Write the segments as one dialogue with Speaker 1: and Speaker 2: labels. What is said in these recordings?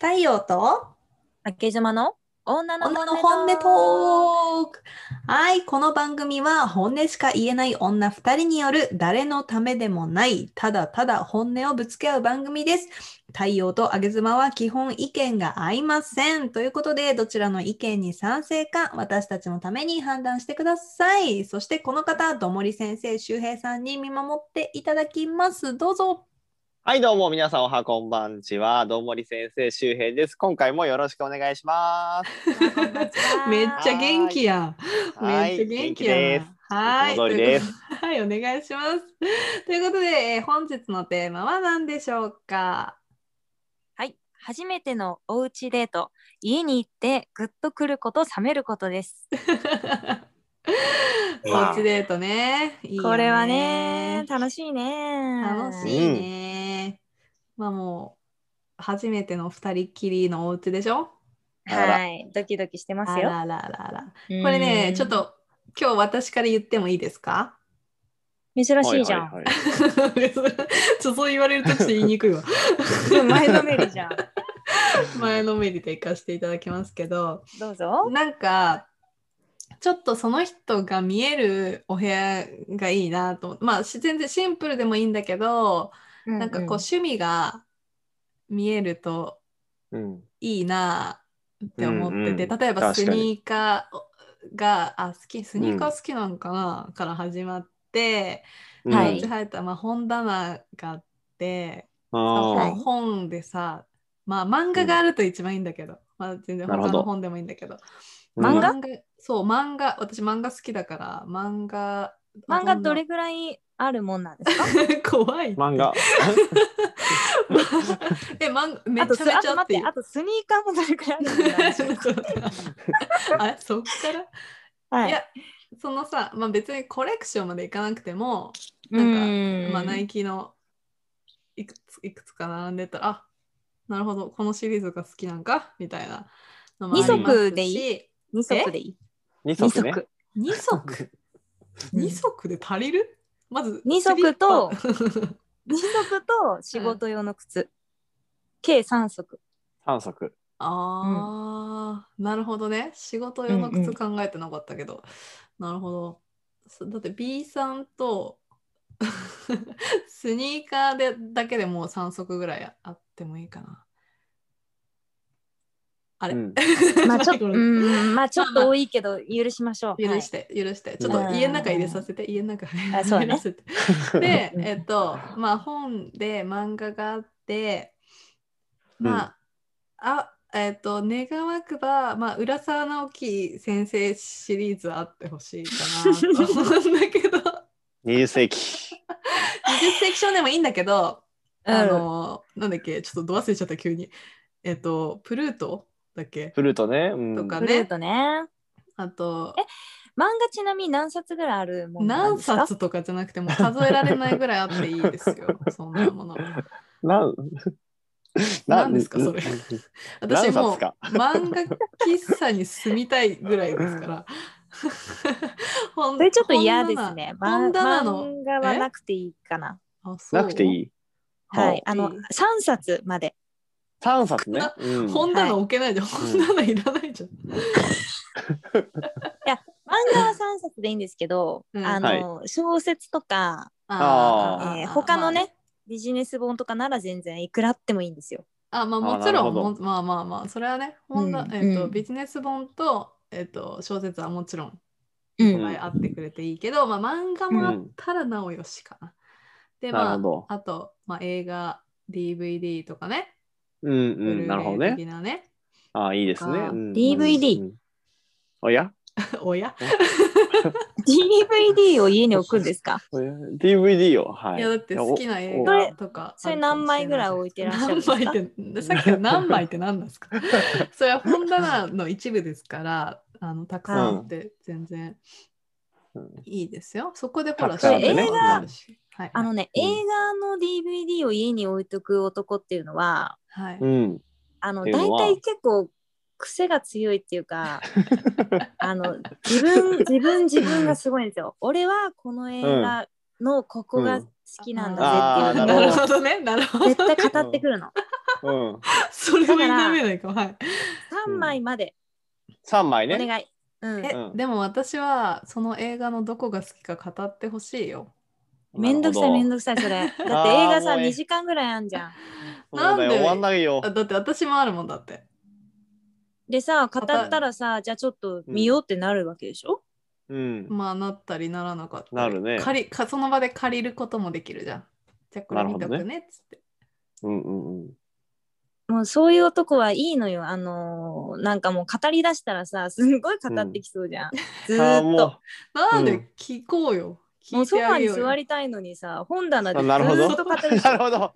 Speaker 1: 太陽と
Speaker 2: あけじまの女の
Speaker 1: 女の本音トークはい、この番組は本音しか言えない女2人による誰のためでもない、ただただ本音をぶつけ合う番組です。太陽とあげずまは基本意見が合いません。ということで、どちらの意見に賛成か、私たちのために判断してください。そしてこの方、どもり先生、周平さんに見守っていただきます。どうぞ。
Speaker 3: はい、どうも皆さんおはこんばんちは。どうもり先生、周平です。今回もよろしくお願いします。
Speaker 1: めっちゃ元気や。
Speaker 3: は
Speaker 1: めっちゃ
Speaker 3: い、
Speaker 1: 元気
Speaker 3: で
Speaker 1: や
Speaker 3: す。
Speaker 1: な。はい。
Speaker 3: いつも通りです
Speaker 1: ということ で。はい、お願いします。 ということで、えー本日のテーマは何でしょう か。
Speaker 2: はい初めてのおうちデート家に行ってグッとくること冷めることです
Speaker 3: まあ
Speaker 1: おうちデートね。いいよ
Speaker 2: これはね楽しいね
Speaker 1: 楽しいね。まあもう初めての二人きりのお家でしょ。
Speaker 3: あら
Speaker 2: はいドキドキしてま
Speaker 1: あ
Speaker 2: すよ
Speaker 1: らららら。
Speaker 2: こ
Speaker 1: これね、ちょっと今日私から言ってもいいですか。
Speaker 2: 珍しいじゃ
Speaker 3: は
Speaker 2: ん
Speaker 3: いはいはい
Speaker 1: ちょっとそう言われるとちょっと言いにくい わ。
Speaker 2: 前のめりじゃん
Speaker 1: 前のめりで行かせていただきますけど
Speaker 2: どうぞ
Speaker 1: なんかちょっとその人が見えるお部屋がいいなと思ってまあし全然シンプルでもいいんだけど、なんかこう趣味が見えると
Speaker 3: うん、
Speaker 1: いいなって思ってて、
Speaker 3: うんうん
Speaker 1: 例えばス
Speaker 3: 確かに
Speaker 1: ニーカーがあ好きスニーカー好きなんかな、から始まって、
Speaker 3: うん
Speaker 2: は
Speaker 1: う
Speaker 2: い
Speaker 1: ち入ったらまあ本棚があって。
Speaker 3: あ
Speaker 1: 本
Speaker 3: ー
Speaker 1: 本でさ、まあ漫画があると一番いいんだけど、まあ全然他
Speaker 3: なるほ
Speaker 1: の
Speaker 3: ど
Speaker 1: 本でもいいんだけど。
Speaker 3: うん
Speaker 2: 漫画
Speaker 1: そう、漫画、私漫画好きだから、漫画。
Speaker 2: 漫画ど
Speaker 1: れ
Speaker 2: れぐらいあるもんなん ですか
Speaker 1: 怖い。
Speaker 3: 漫画。
Speaker 1: え、漫画、め
Speaker 2: あと
Speaker 1: ちゃ
Speaker 2: す
Speaker 1: め
Speaker 2: あ
Speaker 1: ちゃ
Speaker 2: と
Speaker 1: あっ
Speaker 2: 待
Speaker 1: て
Speaker 2: ってあとスニーカーもどれくらいあるもんなん でしょう か
Speaker 1: あれ、そっから、、
Speaker 2: はい
Speaker 1: や、そのさ、まあ別にコレクションまでいかなくても、
Speaker 2: なん
Speaker 1: まあ、ナイキのいくついくつか並んでたらあなるほどこのシリーズが好きなんかみたいなのもありますし
Speaker 3: 二
Speaker 2: 足でいい二足でいい
Speaker 3: 二
Speaker 2: 二
Speaker 3: 足ね。
Speaker 2: 足
Speaker 1: 二足二足で足りるまず
Speaker 2: 二足と
Speaker 1: スリッ
Speaker 2: 二足と仕事用の靴、計三足
Speaker 3: 三足。
Speaker 1: パあー、なるほどね仕事用の
Speaker 2: うんう
Speaker 1: 靴
Speaker 2: ん
Speaker 1: 考えてなかったけど、なるほどそだって B さんと スニーカーでだけでもう3足ぐらいあってもいいかなあれ、
Speaker 3: うん
Speaker 2: まあちょっ
Speaker 1: ご
Speaker 2: と、う
Speaker 1: めん
Speaker 2: ん、まあちょっと多いけど許しましょう。
Speaker 1: 許して、許して。ちょっ
Speaker 2: う
Speaker 1: と
Speaker 2: ん
Speaker 1: 家の中入れさせて、家の中
Speaker 2: あそう
Speaker 1: 入
Speaker 2: ね
Speaker 1: れさせて。 で、えっと、まあ本で漫画があって、まあ、あ、えっと、願わくば、まあ、浦沢直樹先生シリーズあってほしいかなと思うんだけど、20
Speaker 3: 二十世紀。
Speaker 1: 世紀少年もいいんだけど、
Speaker 2: はい
Speaker 1: あの、なんだっけ、ちょっとど忘れちゃった、急に。えっと、プルートだっけ
Speaker 3: フルートね。うん
Speaker 1: とか
Speaker 2: フルートね。
Speaker 1: あと、
Speaker 2: 漫画ちなみに何冊ぐらいあるもんなん
Speaker 1: 何
Speaker 2: ですか？
Speaker 1: 冊とかじゃなくてもう数えられないぐらいあっていいですよ、そんなもの。
Speaker 3: なん。な
Speaker 1: 何ですか それ私
Speaker 3: 何
Speaker 1: もう
Speaker 3: 冊か
Speaker 1: 漫画喫茶に住みたいぐらいですから。ほん
Speaker 2: それちょっと嫌ですね。
Speaker 1: 本
Speaker 2: 漫
Speaker 1: 棚の
Speaker 2: 漫画はなくていいかな。
Speaker 1: あそう
Speaker 3: なくていい。
Speaker 2: は
Speaker 3: はい
Speaker 2: い。あの三冊まで。
Speaker 3: 三冊ね。う ん
Speaker 1: 本棚置けないじゃん。
Speaker 3: い
Speaker 1: 本棚いらないじゃん。
Speaker 2: 漫画は三冊でいいんですけど、
Speaker 1: うん
Speaker 2: あの、小説とか、
Speaker 3: あ
Speaker 2: えー他の。
Speaker 1: まあ
Speaker 2: ねビジネス本とかなら全然いくらあってもいいんですよ。
Speaker 1: あまあ
Speaker 3: あ
Speaker 1: もちろん
Speaker 3: なるほ
Speaker 1: もまあまあまあそれはね本棚
Speaker 2: うん
Speaker 1: えっと
Speaker 2: うん
Speaker 1: ビジネス本とえっと小説はもちろん
Speaker 2: う
Speaker 1: いっぱいあってくれていいけど、まあ、漫画もあったらなおよしかな。で、ま
Speaker 3: な
Speaker 1: あ
Speaker 3: るほど、
Speaker 1: あと、まあ、映画、DVD とかね、
Speaker 3: うんうん。なるほど
Speaker 1: ブルーレイ
Speaker 3: ね。
Speaker 1: 的なね、
Speaker 3: ああ、いいですね。
Speaker 1: あー
Speaker 3: うん
Speaker 2: DVD
Speaker 3: うんおや
Speaker 1: おや、、
Speaker 2: DVD を家に置くんですか？
Speaker 3: おや ?DVD を。はいい。
Speaker 1: やだって好きな映画とか
Speaker 2: それそれ何枚ぐらい置いてらっしゃるんです
Speaker 1: 何
Speaker 2: か
Speaker 1: 枚ってさっきの何枚って何なん ですかそれは本棚の一部ですから、あのたくさんあって全然
Speaker 3: うん
Speaker 1: いいですよ。そこでほら、
Speaker 3: たくさんあ
Speaker 2: ってね
Speaker 1: 映画あるし。はい、
Speaker 2: あのね、
Speaker 3: うん
Speaker 2: 映画の DVD を家に置いとく男っていうのは、
Speaker 1: はい、
Speaker 3: うん。
Speaker 2: あの、
Speaker 3: っていうの
Speaker 2: 大
Speaker 3: は
Speaker 2: 体結構癖が強いっていう か、あの、自分、自分、自分がすごいんですよ。俺はこの映画のここが好きなんだぜ
Speaker 3: あ
Speaker 2: って
Speaker 3: ー
Speaker 2: いう
Speaker 3: な
Speaker 2: の
Speaker 3: る
Speaker 2: を
Speaker 3: ほ
Speaker 1: どね、なるほど。
Speaker 2: 絶対語ってくるの。
Speaker 3: うん。
Speaker 1: それは否めないかも。はい。
Speaker 2: 3枚まで
Speaker 3: 三枚
Speaker 2: お
Speaker 3: ね。
Speaker 2: 願い。うん
Speaker 1: え、
Speaker 3: うん
Speaker 1: でも私はその映画のどこが好きか語ってほしいよ。
Speaker 2: めんどくさいめん
Speaker 3: ど
Speaker 2: どくさいそ れ。だって映
Speaker 3: あー
Speaker 2: 画さ
Speaker 3: もうええ
Speaker 2: 2時間ぐらいあんじゃん。
Speaker 3: くさい。そうだ
Speaker 1: なん
Speaker 3: よ
Speaker 1: で
Speaker 3: 終わんないよ
Speaker 1: あ。だって私もあるもんだって。
Speaker 2: でさ語ったらさじゃあちょっと見ようってなるわけでしょ、
Speaker 3: うん。
Speaker 1: まあなったりならなかったり。
Speaker 3: なるね
Speaker 1: 借りかその場で借りることもできるじゃん。じゃあこれ見と
Speaker 3: なる
Speaker 1: く
Speaker 3: ほど
Speaker 1: ねっつって。
Speaker 3: うんうんうん。
Speaker 2: もうそういう男はいいのよ。あのーなんかもう語り出したらさす んごい語ってきそうじゃん。ず
Speaker 3: あ
Speaker 2: ー
Speaker 3: ー
Speaker 2: っと。
Speaker 3: も
Speaker 1: なん
Speaker 3: う
Speaker 1: で
Speaker 3: ん
Speaker 1: 聞こうよ。聞
Speaker 2: もう
Speaker 1: い
Speaker 2: ソ
Speaker 1: て
Speaker 2: フ
Speaker 1: あげ
Speaker 2: ァに
Speaker 1: ようよ。
Speaker 2: 座りたいのにさ本棚で
Speaker 3: あ
Speaker 2: ず
Speaker 3: なるほど
Speaker 2: ーっと語る
Speaker 3: う。
Speaker 2: 人
Speaker 3: なるほど。
Speaker 1: あ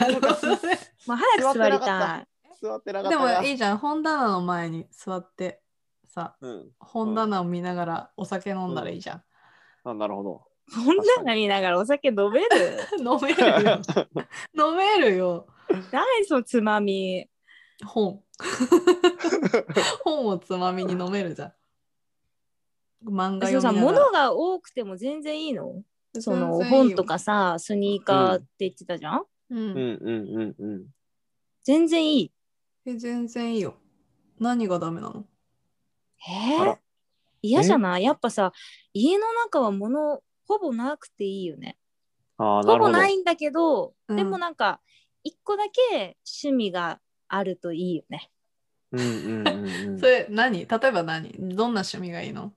Speaker 1: なるほどね。
Speaker 2: もう早く座りたい。
Speaker 3: 座ってなかっ
Speaker 1: で
Speaker 3: た
Speaker 1: も
Speaker 3: な。
Speaker 1: いいじゃん。本棚の前に座ってさ、
Speaker 3: うん。
Speaker 1: 本棚を見ながらお酒飲んだらいいじゃん。
Speaker 3: あなるほど。
Speaker 2: 本棚見ながらお酒飲める
Speaker 1: 飲めるよ。飲めるよ。
Speaker 2: 何そのつまみ。
Speaker 1: 本 本をつまみに飲めるじゃん漫画
Speaker 2: そ
Speaker 1: 読
Speaker 2: うさ
Speaker 1: みながら
Speaker 2: 物が多くても全然いいのそ
Speaker 1: 全
Speaker 2: の
Speaker 1: 然いい
Speaker 2: 本
Speaker 1: よ
Speaker 2: とかさスニーカーって言ってたじゃん、
Speaker 1: う
Speaker 3: うんう
Speaker 1: ん
Speaker 3: んうんうん。
Speaker 2: 全然いい。
Speaker 1: え全然いいよ何がダメなの
Speaker 2: え
Speaker 3: あ
Speaker 2: ー
Speaker 3: ら、
Speaker 2: 嫌じゃないやっぱさ家の中は物ほぼなくていいよね。
Speaker 3: ああな
Speaker 2: ほ
Speaker 3: る
Speaker 2: ぼ
Speaker 3: ほど。
Speaker 2: ないんだけど、
Speaker 1: うん
Speaker 2: でもなんか一個だけ趣味があるといいよね。
Speaker 3: うんうんうんうん
Speaker 1: そ。れ何例えば何どんな趣味がいいの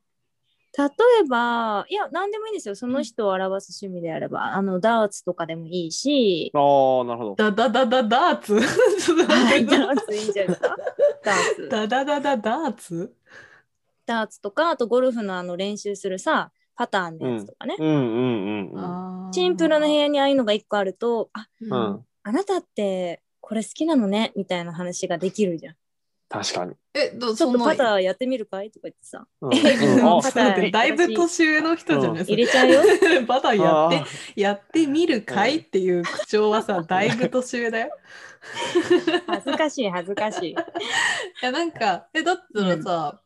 Speaker 2: 例えばいや何でもいいんですよその人を表す趣味であれば、あのダーツとかでもいいし。
Speaker 3: ああなるほど。
Speaker 1: ダダダダダーツちょっと待
Speaker 2: は
Speaker 1: っ
Speaker 2: い
Speaker 1: て
Speaker 2: ダーツいいんじゃないですかダーツ
Speaker 1: ダダダダダーツ
Speaker 2: ダーツとかあとゴルフのあの練習するさパターンのやつとかね、
Speaker 3: うんうんうんうん。
Speaker 2: シンプルな部
Speaker 1: 屋
Speaker 2: 屋にああいうのが一個あるとあ
Speaker 3: う
Speaker 1: うんん、
Speaker 2: あなたってこれ好きなのねみたいな話ができるじゃん。
Speaker 3: 確かに。
Speaker 1: えど
Speaker 2: ちょ
Speaker 1: そ
Speaker 2: っと
Speaker 1: の
Speaker 2: パターやってみるかいとか言ってさ
Speaker 3: うん
Speaker 2: え
Speaker 3: うん
Speaker 1: あ
Speaker 3: あ
Speaker 2: パ
Speaker 1: ち
Speaker 2: タ
Speaker 1: ょっと待っ
Speaker 2: ー
Speaker 1: てだいぶ年上の人じゃない
Speaker 2: 入れちゃうよ。
Speaker 1: れパターやって
Speaker 3: あ
Speaker 1: やってみるかいっていう口調はさ、だいぶ年上だよ。
Speaker 2: 恥ずかしい恥ずかし い。
Speaker 1: いや、なんか、え、だったらさ、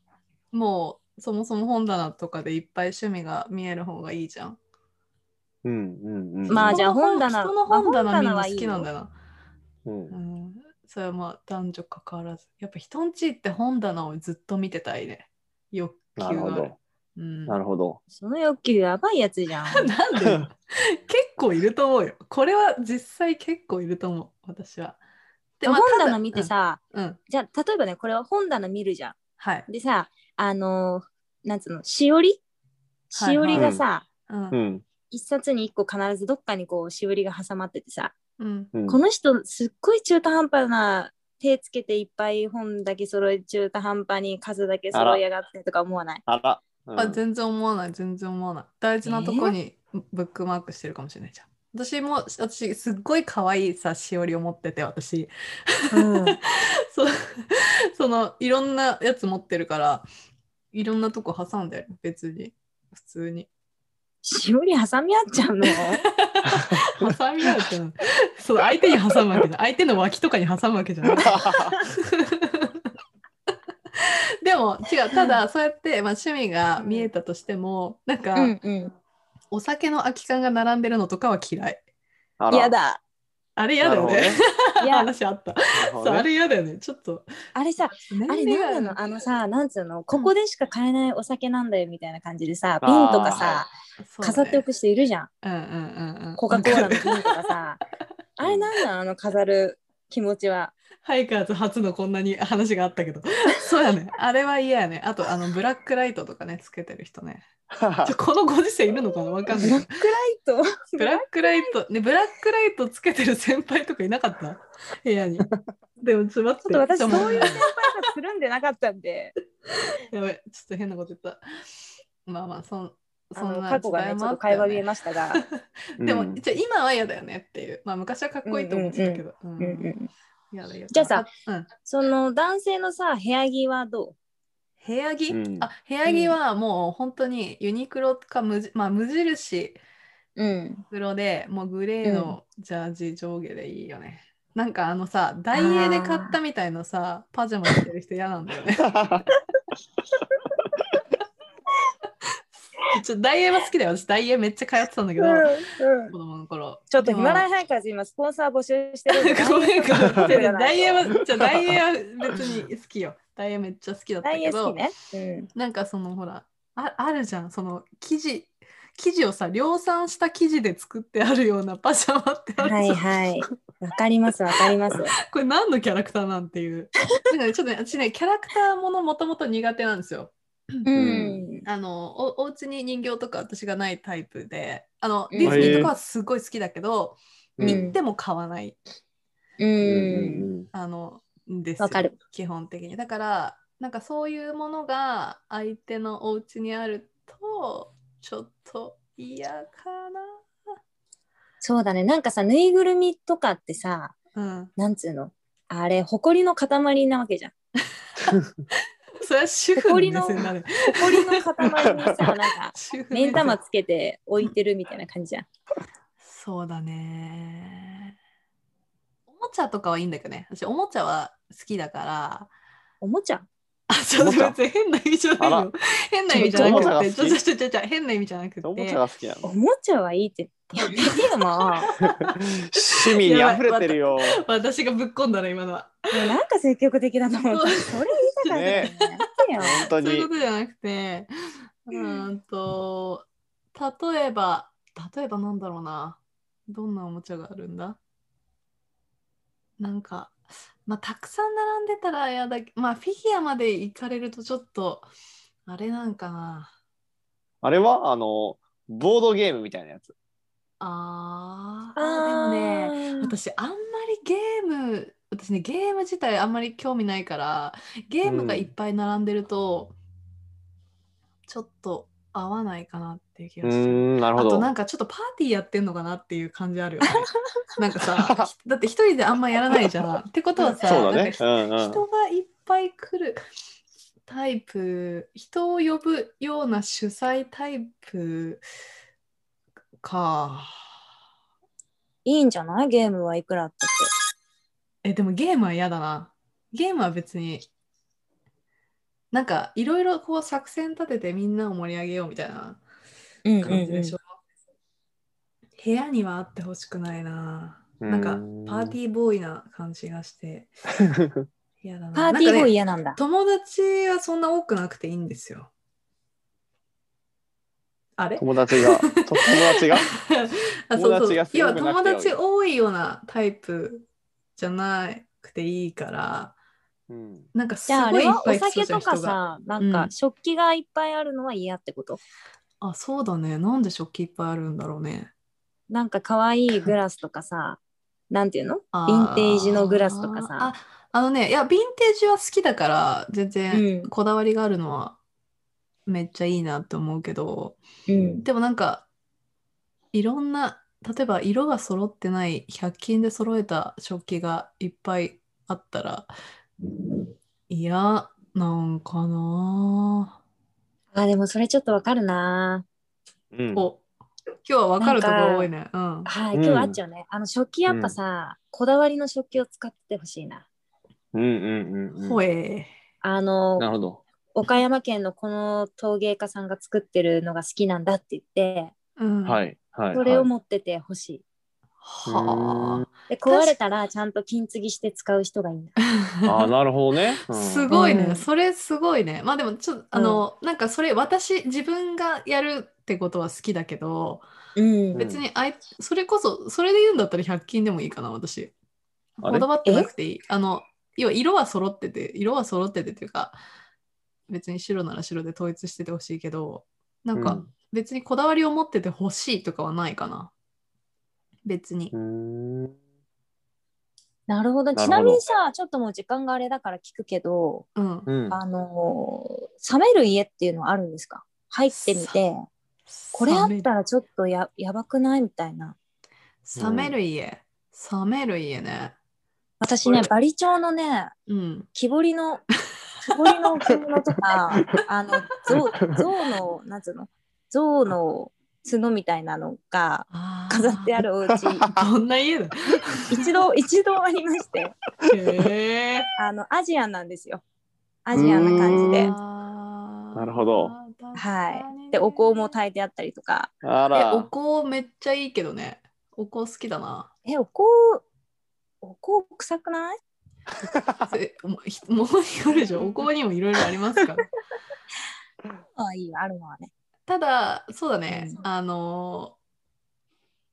Speaker 1: もう、そもそも本棚とかでいっぱい趣味が見える方がいいじゃん。
Speaker 3: ーうんうんうん。
Speaker 2: まあ
Speaker 1: 人の
Speaker 2: じゃあ
Speaker 1: 本
Speaker 2: 本棚
Speaker 1: 人の
Speaker 2: まあ
Speaker 1: 本棚
Speaker 2: 本
Speaker 1: みんな
Speaker 2: 棚は
Speaker 1: 好きなんだな。
Speaker 3: うん
Speaker 1: うん。それはまあ、男女関わらず。やっぱ人んち行って本棚をずっと見てたいね。欲求が
Speaker 3: な
Speaker 1: あ
Speaker 3: るほ
Speaker 1: る。
Speaker 3: ど。
Speaker 1: うん、
Speaker 3: なるほど。
Speaker 2: その欲求やばいやつじゃ ん。
Speaker 1: なんで 結構いると思うよ。これは実際結構いると思う、私は。まあ
Speaker 2: 本
Speaker 1: た
Speaker 2: 棚
Speaker 1: だ
Speaker 2: 見てさ、
Speaker 1: うん、うん
Speaker 2: じゃあ例えばねこれは本棚見るじゃ
Speaker 1: はい
Speaker 2: ん。。でさあのーなんつうのしおり
Speaker 1: はい
Speaker 2: しおりがさ、
Speaker 1: うん
Speaker 3: う。ん
Speaker 2: 一冊に一個必ずどっかにこうしおりが挟まっててさ、
Speaker 1: うん
Speaker 3: うん。
Speaker 2: この人すっごい中途半端な手つけていっぱい本だけ揃え中途半端に数だけ揃えやがってとか思わない
Speaker 3: あら。うん
Speaker 1: あ全然思わない全然思わない大事なとこにブックマークしてるかもしれないじゃん、私も私すっごい可愛いさしおりを持ってて私
Speaker 2: うん、
Speaker 1: そそのいろんなやつ持ってるからいろんなとこ挟んでる別に普通に
Speaker 2: しおり挟み合っちゃう の
Speaker 1: 挟み合うってな そう相手に挟むわけじゃん相手の脇とかに挟むわけじゃ ないでも違うただそうやって、まあ、趣味が見えたとしてもなんか、
Speaker 2: うんうん
Speaker 1: お酒の空き缶が並んでるのとかは嫌い
Speaker 3: あら
Speaker 2: 嫌。だ
Speaker 1: あれ嫌だよね
Speaker 3: なる ほどね
Speaker 2: いや
Speaker 1: 話あった。
Speaker 3: なる
Speaker 1: そ
Speaker 3: ほど
Speaker 1: う
Speaker 3: ね
Speaker 1: あれ嫌だよね。ちょっと。
Speaker 2: あれさ
Speaker 1: 年
Speaker 2: あれ
Speaker 1: 齢が
Speaker 2: なんなのあのさなんつうのここでしか買えないお酒なんだよみたいな感じでさ
Speaker 3: あ
Speaker 2: 瓶
Speaker 3: ー
Speaker 2: とかさ、
Speaker 1: そうね
Speaker 2: 飾っておく人いるじゃん
Speaker 1: うんうんうんうん。
Speaker 2: コカ・コーラの
Speaker 1: わ
Speaker 2: 瓶
Speaker 1: かる
Speaker 2: とか さあれなんなのあの飾る気持ちは
Speaker 1: ハイカーズ初のこんなに話があったけど。そうやね。あれは嫌やね。あと、あの、ブラックライトとかね、つけてる人ね。ちょこのご時世いるのかなわかんない。
Speaker 2: ブ ラックライト
Speaker 1: ブラックライト、ね、ブラックライトつけてる先輩とかいなかった部屋に。でも、ちょっと
Speaker 2: ちょ
Speaker 1: 待
Speaker 2: っと
Speaker 1: って。
Speaker 2: 私
Speaker 1: ょっと
Speaker 2: そういう先輩がつるんでなかったん で
Speaker 1: やべ、ちょっと変なこと言った。まあまあ、そん
Speaker 2: あ
Speaker 1: そん
Speaker 2: の
Speaker 1: な
Speaker 2: 過去が
Speaker 1: 時代
Speaker 2: ねち
Speaker 1: も
Speaker 2: ょっ
Speaker 1: あ
Speaker 2: と
Speaker 1: たよ
Speaker 2: 会話見えましたが、
Speaker 3: うん
Speaker 1: でも、じゃあ今は嫌だよねっていう。まあ昔はかっこいいと思ってたけど。う
Speaker 2: うんうんん、
Speaker 1: 嫌だよ
Speaker 2: じゃあさ、
Speaker 1: うん
Speaker 2: その男性のさ部屋着はどう
Speaker 1: 部屋着、
Speaker 3: うん
Speaker 1: あ部屋着はもう本当にユニクロか無,、まあ、無印
Speaker 2: うん、
Speaker 1: 黒でもうグレーのジャージ上下でいいよね。なんかあのさダイエーで買ったみたいなさパジャマ着てる人嫌なんだよね。 ちょっとダイエーは好きだよ。私、ダイエーめっちゃ通ってたんだけど、
Speaker 2: うんうん
Speaker 1: 子供の頃。
Speaker 2: ちょっとヒマラヤハイカーズ今スポンサー募集してる んで
Speaker 1: ごめんごめん。
Speaker 2: ダイエー
Speaker 1: ダイエーは、じゃあダイエーは別に好きよ。ダイエーめっちゃ好きだった
Speaker 2: ダイエ
Speaker 1: け
Speaker 2: ー好
Speaker 1: ど、
Speaker 2: きね。うん
Speaker 1: なんかそのほら、ああるじゃん、その生地。生地をさ量産した生地で作ってあるようなパジャマってあるじゃん、
Speaker 2: はいはい。わかりますわかります。
Speaker 1: これ何のキャラクターなんて いう。なんかねちょっとね、私ね、キャラクターものもともと苦手なんですよ。
Speaker 2: うん。
Speaker 1: あのおお家に人形とか私がないタイプであの
Speaker 2: う
Speaker 1: ディ
Speaker 2: ん
Speaker 1: ズニーとかはすごい好きだけど、
Speaker 2: うん
Speaker 1: 行っても買わない
Speaker 2: うん
Speaker 3: う
Speaker 2: うん
Speaker 3: ん
Speaker 1: あのんですよ
Speaker 2: わかる。
Speaker 1: 基本的にだからなんかそういうものが相手のお家にあるとちょっと嫌か
Speaker 2: そうだね。なんかさぬいぐるみとかってさ
Speaker 1: な、うん、
Speaker 2: なんつうのあれ埃の塊なわけじゃん。
Speaker 1: それは主婦の目線だね
Speaker 2: 埃の塊 にさなんか
Speaker 1: 主婦
Speaker 2: 目ん玉
Speaker 1: 玉
Speaker 2: つけて置いてるみたいな感じじゃん。
Speaker 1: そうだねおもちゃとかはいいんだけどね私おもちゃは好きだから
Speaker 2: おもちゃ
Speaker 1: あ、ちょっ
Speaker 3: おもち
Speaker 1: と
Speaker 3: ゃ
Speaker 1: 別に変な意味じゃな
Speaker 3: あ
Speaker 1: い
Speaker 3: ら
Speaker 1: よ。変な意味じゃな
Speaker 3: ちょっとおも
Speaker 1: く
Speaker 3: ちゃ
Speaker 1: て、
Speaker 3: が
Speaker 1: ちょ
Speaker 3: 好き
Speaker 1: ちょちょちょちょ、変な意味じゃなくて。
Speaker 3: おもちゃが好きなの
Speaker 2: おもちゃはいいってやめて よもう。
Speaker 3: 趣味に溢れてるよ
Speaker 1: 私がぶっ込んだら今のは。
Speaker 2: もうなんか積極的だと思ってそれ言いたかったからやめて
Speaker 3: ね
Speaker 2: よ。
Speaker 3: 本当
Speaker 1: そういう
Speaker 3: に
Speaker 1: ことじゃなくて、うーんと、例えば、例えばなんだろうな。どんなおもちゃがあるんだなんか、まあ、たくさん並んでたら嫌だけまあ、フィギュアまで行かれるとちょっと、あれなんかな。
Speaker 3: あれはあのボードゲームみたいなやつ
Speaker 1: あー
Speaker 2: あ
Speaker 1: あー、でもね。
Speaker 2: ー
Speaker 1: 私あんまりゲーム私ねゲーム自体あんまり興味ないからゲームがいっぱい並んでると、ちょっと合わないかなっていう気
Speaker 3: う
Speaker 1: がする。
Speaker 3: んなる
Speaker 1: あ
Speaker 3: ほ
Speaker 1: と
Speaker 3: ど
Speaker 1: なんかちょっとパーティーやってんのかなっていう感じあるよね。なんかさひだって一人であんまやらないじゃん。ってことはさ
Speaker 3: そうだ
Speaker 1: なん
Speaker 3: ね
Speaker 1: か
Speaker 3: うんうん
Speaker 1: 人がいっぱい来るタイプ人を呼ぶような主催タイプか。
Speaker 2: いいんじゃないゲームはいくらあったって。
Speaker 1: え、でもゲームは嫌だな。ゲームは別に、なんかいろいろこう作戦立ててみんなを盛り上げようみたいな
Speaker 2: うん
Speaker 1: 感じでしょ。部屋にはあってほしくないな。なんか
Speaker 3: うん
Speaker 1: パーティーボーイな感じが して嫌だな。
Speaker 2: パーティー
Speaker 1: なん
Speaker 2: も
Speaker 1: かね、
Speaker 2: 嫌なんだ。
Speaker 1: 友達はそんな多くなくていいんですよ。あれ
Speaker 3: 友 達がと友達が
Speaker 1: あそうそう
Speaker 3: 友達がす
Speaker 1: いや
Speaker 3: ごくな
Speaker 1: 友
Speaker 3: くて
Speaker 1: 達多いようなタイプじゃなくていいから。
Speaker 3: うん
Speaker 1: なんかす
Speaker 2: じゃああ
Speaker 1: ごい
Speaker 2: れ
Speaker 1: いっ
Speaker 2: は
Speaker 1: ぱ
Speaker 2: お
Speaker 1: い来そう
Speaker 2: 酒
Speaker 1: じゃん
Speaker 2: とか
Speaker 1: 人が
Speaker 2: さ、なん
Speaker 1: う
Speaker 2: か
Speaker 1: ん
Speaker 2: 食器がいっぱいあるのは嫌ってこと、
Speaker 1: あそうだねなんで食器いっぱいあるんだろうね
Speaker 2: なんか可愛いグラスとかさ、なんていうの
Speaker 1: あ
Speaker 2: ヴィンテージのグラスとかさ
Speaker 1: ああのねいやヴィンテージは好きだから全然
Speaker 2: うん
Speaker 1: こだわりがあるのはめっちゃいいなと思うけど、
Speaker 2: うん。
Speaker 1: でもなんかいろんな例えば色が揃ってない100均で揃えた食器がいっぱいあったら嫌なんかな
Speaker 2: あ、でもそれちょっとわかるな。
Speaker 3: うん
Speaker 1: お今日は分かるところ多いねうん
Speaker 2: はい、
Speaker 3: うん
Speaker 2: 今日あっちゃうね。あの食器やっぱさ、こだわりの食器を使ってほしいな。
Speaker 3: うんうんうん
Speaker 1: ほ
Speaker 3: うん
Speaker 1: え
Speaker 2: あ
Speaker 3: な
Speaker 2: の、
Speaker 3: るほど
Speaker 2: 岡山県のこの陶芸家さんが作ってるのが好きなんだって言って、
Speaker 1: うん
Speaker 3: はいはい
Speaker 2: それを
Speaker 3: はい
Speaker 2: 持っててほしい。
Speaker 1: はあ
Speaker 2: で、壊れたらちゃんと金継ぎして使う人がいいな。
Speaker 3: あ ーなるほどねうん
Speaker 1: すごいね、
Speaker 2: うん
Speaker 1: それすごいねまあでもちょっとあの、なんかそれ私自分がやるってことは好きだけど
Speaker 2: うん。
Speaker 1: 別にあいそれこそそれで言うんだったら100均でもいいかな私
Speaker 3: あれ
Speaker 1: こだわってなくていいあの要は色は揃ってて色は揃っててっていうか別に白なら白で統一しててほしいけどなんか別にこだわりを持っててほしいとかはないかな別に
Speaker 3: うんうん
Speaker 2: なるほど。
Speaker 3: なるほど
Speaker 2: ちなみにさ、ちょっともう時間があれだから聞くけど、
Speaker 1: うん
Speaker 3: うん
Speaker 2: あのー冷める家っていうのはあるんですか入ってみて、これあったらちょっとややばくないみたいな。
Speaker 1: 冷める家、冷める家ね
Speaker 2: 私ね
Speaker 3: これ、
Speaker 2: バリ調のね、
Speaker 1: うん
Speaker 2: 木彫り の、木彫りの置物とか、あの、象象の、なんつうの、象の角みたいなのが飾ってあ
Speaker 1: る
Speaker 2: るお 家
Speaker 1: どんな家だ
Speaker 2: 一度、一度ありまして、
Speaker 1: へえ
Speaker 2: あの、アジアンなんですよ。アジアンな感じで。
Speaker 3: なるほど
Speaker 1: 確かに
Speaker 2: はい。で、お香も炊いてあったりとか。
Speaker 3: あ
Speaker 1: え
Speaker 3: ら。
Speaker 1: お香めっちゃいいけどねお香好きだな
Speaker 2: え、お香、お香臭くない
Speaker 1: ぜもひ ものによるでしょお香にもいろいろありますから
Speaker 2: あいいよ、あるのはね。
Speaker 1: ただそうだね、
Speaker 2: う
Speaker 1: あの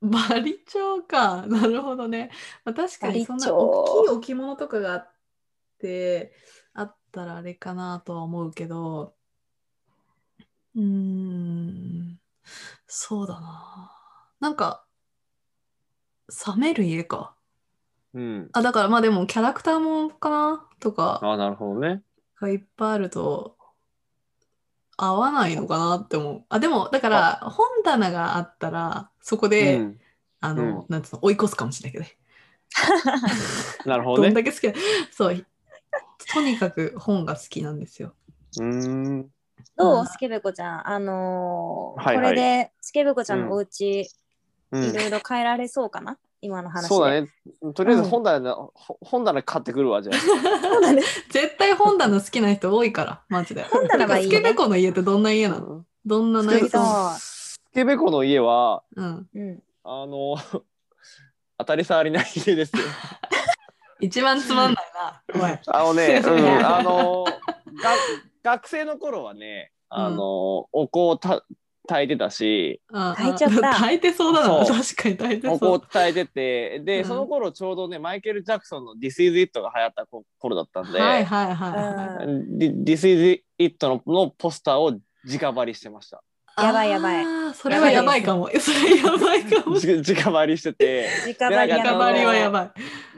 Speaker 1: バリ調か なるほどね、まあ、確かにそんな
Speaker 2: バリ調
Speaker 1: 大きい置物とかがあってあったらあれかなとは思うけどうーんそうだななんか冷める家か
Speaker 3: うん。
Speaker 1: あだからまあでもキャラクターもんかなとか
Speaker 3: あ、なるほどね。
Speaker 1: がいっぱいあると合わないのかなって思う。あでもだから本棚があったらそこで、
Speaker 3: うん、
Speaker 1: あ
Speaker 3: う
Speaker 1: の
Speaker 3: ん、
Speaker 1: なんつうの追い越すかもしれないけどね。
Speaker 3: なる
Speaker 1: ど
Speaker 3: ほど
Speaker 1: ん
Speaker 3: ね。
Speaker 1: だけ好きだ。そう。とにかく本が好きなんですよ。
Speaker 3: うーん。
Speaker 2: ど
Speaker 1: うん
Speaker 2: うスケベコちゃん。あのー
Speaker 3: はいはい
Speaker 2: これでスケベコちゃんのお家、
Speaker 3: う
Speaker 2: い
Speaker 3: ん。
Speaker 2: ろいろ変えられそうかな今の話で。
Speaker 3: そうだね。とりあえず
Speaker 1: うん
Speaker 3: 本棚で、ほ本棚買ってくるわじゃあ。
Speaker 2: そう だね。
Speaker 1: 絶対本棚好きな人多いから、マジで。
Speaker 2: 本棚がいいね
Speaker 1: てかスケベコの家ってどんな家なのどんな内
Speaker 2: スケベコ
Speaker 1: 装
Speaker 3: スケベコの家は
Speaker 1: うん。
Speaker 2: うん。
Speaker 3: あの 当たり障りない家ですよ。
Speaker 1: 一番つまんないな。おい。
Speaker 3: あ のね、う
Speaker 1: い
Speaker 3: ん、
Speaker 1: や
Speaker 3: あのが学生の頃はね、あの、お香をた炊いてたし、
Speaker 1: 炊
Speaker 2: 炊いちゃった
Speaker 1: 炊いてそうだな。
Speaker 3: そう
Speaker 1: 確かに炊いて
Speaker 3: お香
Speaker 1: そ
Speaker 3: を
Speaker 1: う。
Speaker 3: 炊いてて、で、
Speaker 1: うん
Speaker 3: その頃ちょうどね、マイケル・ジャクソンの This is It が流行ったこ頃だったんで、
Speaker 1: はいはいはいはい。
Speaker 3: で This is It ののポスターを直張りしてました。
Speaker 2: やばいやばい
Speaker 1: あー。それはやばいかも。それやばいかも。
Speaker 3: じ 直張りしてて、
Speaker 2: 直張り
Speaker 3: や
Speaker 2: や
Speaker 3: ばい
Speaker 1: 高張りはやばい。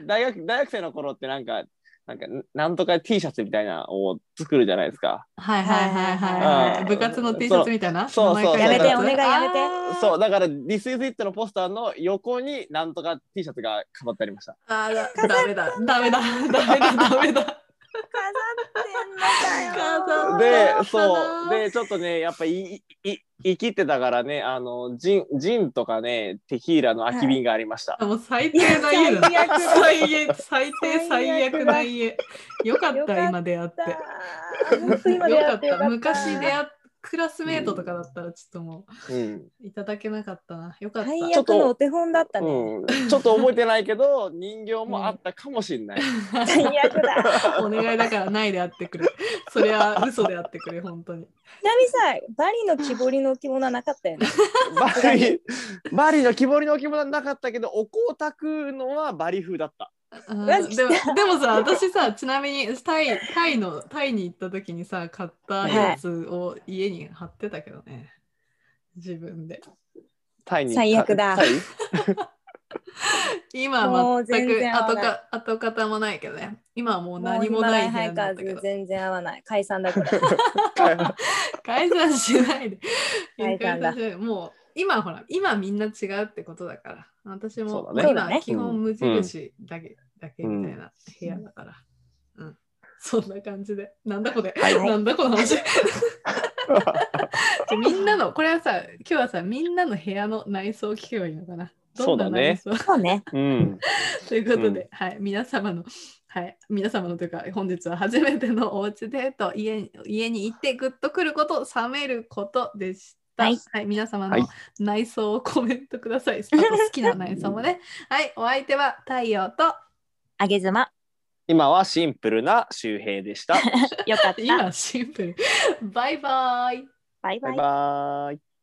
Speaker 3: 大学大学生の頃ってなんか、なんかなんとか T シャツみたいなのを作るじゃないですか。
Speaker 1: はいはいはいはいは
Speaker 3: う
Speaker 1: い。
Speaker 3: ん
Speaker 1: 部活の T シャツみたいな。
Speaker 3: そう
Speaker 1: 名前書い
Speaker 3: そう
Speaker 1: ある
Speaker 3: やめ
Speaker 2: てお願いやめて
Speaker 1: あー
Speaker 3: そう、だから、This is it のポスターの横に、なんとか T シャツが飾ってありました。
Speaker 1: あーだダメだダメだダメだダメだ。
Speaker 2: 飾ってんのかよ。
Speaker 3: で
Speaker 1: あ、ー
Speaker 3: そう、で、ちょっとね、やっぱい、い、い、生きてたからね、あの、ジン、ジンとかね、テキーラの空き瓶がありました。
Speaker 1: もう最低な家だ
Speaker 2: いや。
Speaker 1: 最悪最低最悪
Speaker 2: 最悪
Speaker 1: な
Speaker 2: だ
Speaker 1: 家。よか
Speaker 2: よ
Speaker 1: っ
Speaker 2: かったた
Speaker 1: 今出会っ
Speaker 2: だ
Speaker 1: て。
Speaker 2: ー本当今出
Speaker 1: よ
Speaker 2: 会
Speaker 1: か
Speaker 2: っ
Speaker 1: って
Speaker 2: よか
Speaker 1: た。
Speaker 2: った
Speaker 1: 昔出会っクラスメートとかだったらちょっとも
Speaker 3: うん。
Speaker 1: ういただけなかったな。よかった。
Speaker 2: 最
Speaker 3: ちょっ
Speaker 2: 悪の
Speaker 3: と
Speaker 2: お手本だったね。
Speaker 3: うん、ちょっと覚えてないけど、人形もあったかもしれない。
Speaker 2: 最悪だ。
Speaker 1: お願いだからないであってくれ。それは嘘であってくれ、本当に。
Speaker 2: ちなみにさ、バリの木彫りの置物はなかったよね。
Speaker 3: バリ、バリの木彫りの置物はなかったけど、お香を炊くのはバリ風だった。
Speaker 1: うん
Speaker 2: マ
Speaker 1: で
Speaker 2: ジ
Speaker 1: もでもさ、私さ、ちなみにタイタイのタイに行った時にさ、買ったやつを家に貼ってたけどね。自分で。
Speaker 3: タイに。
Speaker 2: 最悪だ
Speaker 3: タイ
Speaker 1: 今
Speaker 2: も
Speaker 1: は
Speaker 2: う
Speaker 1: 全
Speaker 2: 全
Speaker 1: く
Speaker 2: 然合わ
Speaker 1: 跡
Speaker 2: ない
Speaker 1: か跡形もないけどね。今はもう何も
Speaker 2: うヒマ
Speaker 1: な
Speaker 2: ラ
Speaker 1: い
Speaker 2: ヤ
Speaker 1: 部
Speaker 2: ハ
Speaker 1: 屋
Speaker 2: イ
Speaker 1: に
Speaker 2: カ
Speaker 1: なったけ
Speaker 2: ーズ
Speaker 1: ど。
Speaker 2: 全然合わない。解散 だから。
Speaker 1: 解散しない で。
Speaker 2: 解散
Speaker 1: 解
Speaker 2: だ
Speaker 1: 散しないで もう今ほら、今みんな違うってことだから。私も
Speaker 3: そ、う
Speaker 2: ね
Speaker 3: だ
Speaker 2: そうだ
Speaker 1: 今
Speaker 2: ね
Speaker 1: 基本無印だけ,、だけみたいな部屋だから。うん。そんな感じで。なんだこれ、
Speaker 3: はい
Speaker 1: なんだこの話。じゃあみんなのこれはさ今日はさみんなの部屋の内装を聞けばいいのかな。どんな内装
Speaker 2: そうね。
Speaker 3: うん。
Speaker 1: ということで、
Speaker 3: う
Speaker 1: はい皆様のはい皆様のというか本日は初めてのおうちデート家に家に行ってグッとくること冷めることでした。
Speaker 2: は
Speaker 1: はいい、皆様
Speaker 3: はい
Speaker 1: の内装をコメントください。あと好きな内装もね。はいお相手は太陽と
Speaker 2: あげ妻。
Speaker 3: 今はシンプルな周平でした。
Speaker 2: よかった。
Speaker 1: 今シンプル。バイバイ。
Speaker 2: バイバ
Speaker 3: バイ
Speaker 2: イ。
Speaker 3: バーイ。